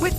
With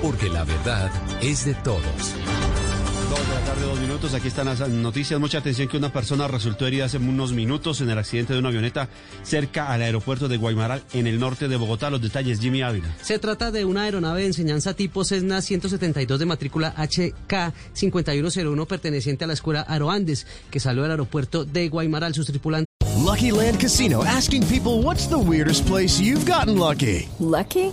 Porque la verdad es de todos. Dos de la tarde, dos minutos. Aquí están las noticias. Mucha atención que una persona resultó herida hace unos minutos en el accidente de una avioneta cerca al aeropuerto de Guaymaral, en el norte de Bogotá. Los detalles, Jimmy Ávila. Se trata de una aeronave de enseñanza tipo Cessna 172 de matrícula HK5101 perteneciente a la escuela Aroandes, que salió del aeropuerto de Guaymaral. Sus tripulantes. Lucky Land Casino asking people what's the weirdest place you've gotten lucky? Lucky?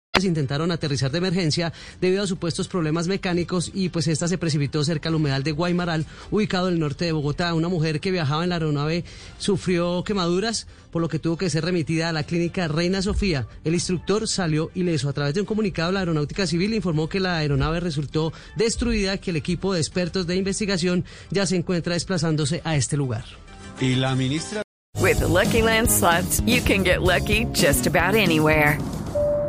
Intentaron aterrizar de emergencia debido a supuestos problemas mecánicos y pues esta se precipitó cerca al humedal de Guaymaral, ubicado en el norte de Bogotá. Una mujer que viajaba en la aeronave sufrió quemaduras, por lo que tuvo que ser remitida a la clínica Reina Sofía. El instructor salió ileso. A través de un comunicado, la Aeronáutica Civil informó que la aeronave resultó destruida, que el equipo de expertos de investigación ya se encuentra desplazándose a este lugar. Y la ministra. With Lucky Land slots, you can get lucky just about anywhere.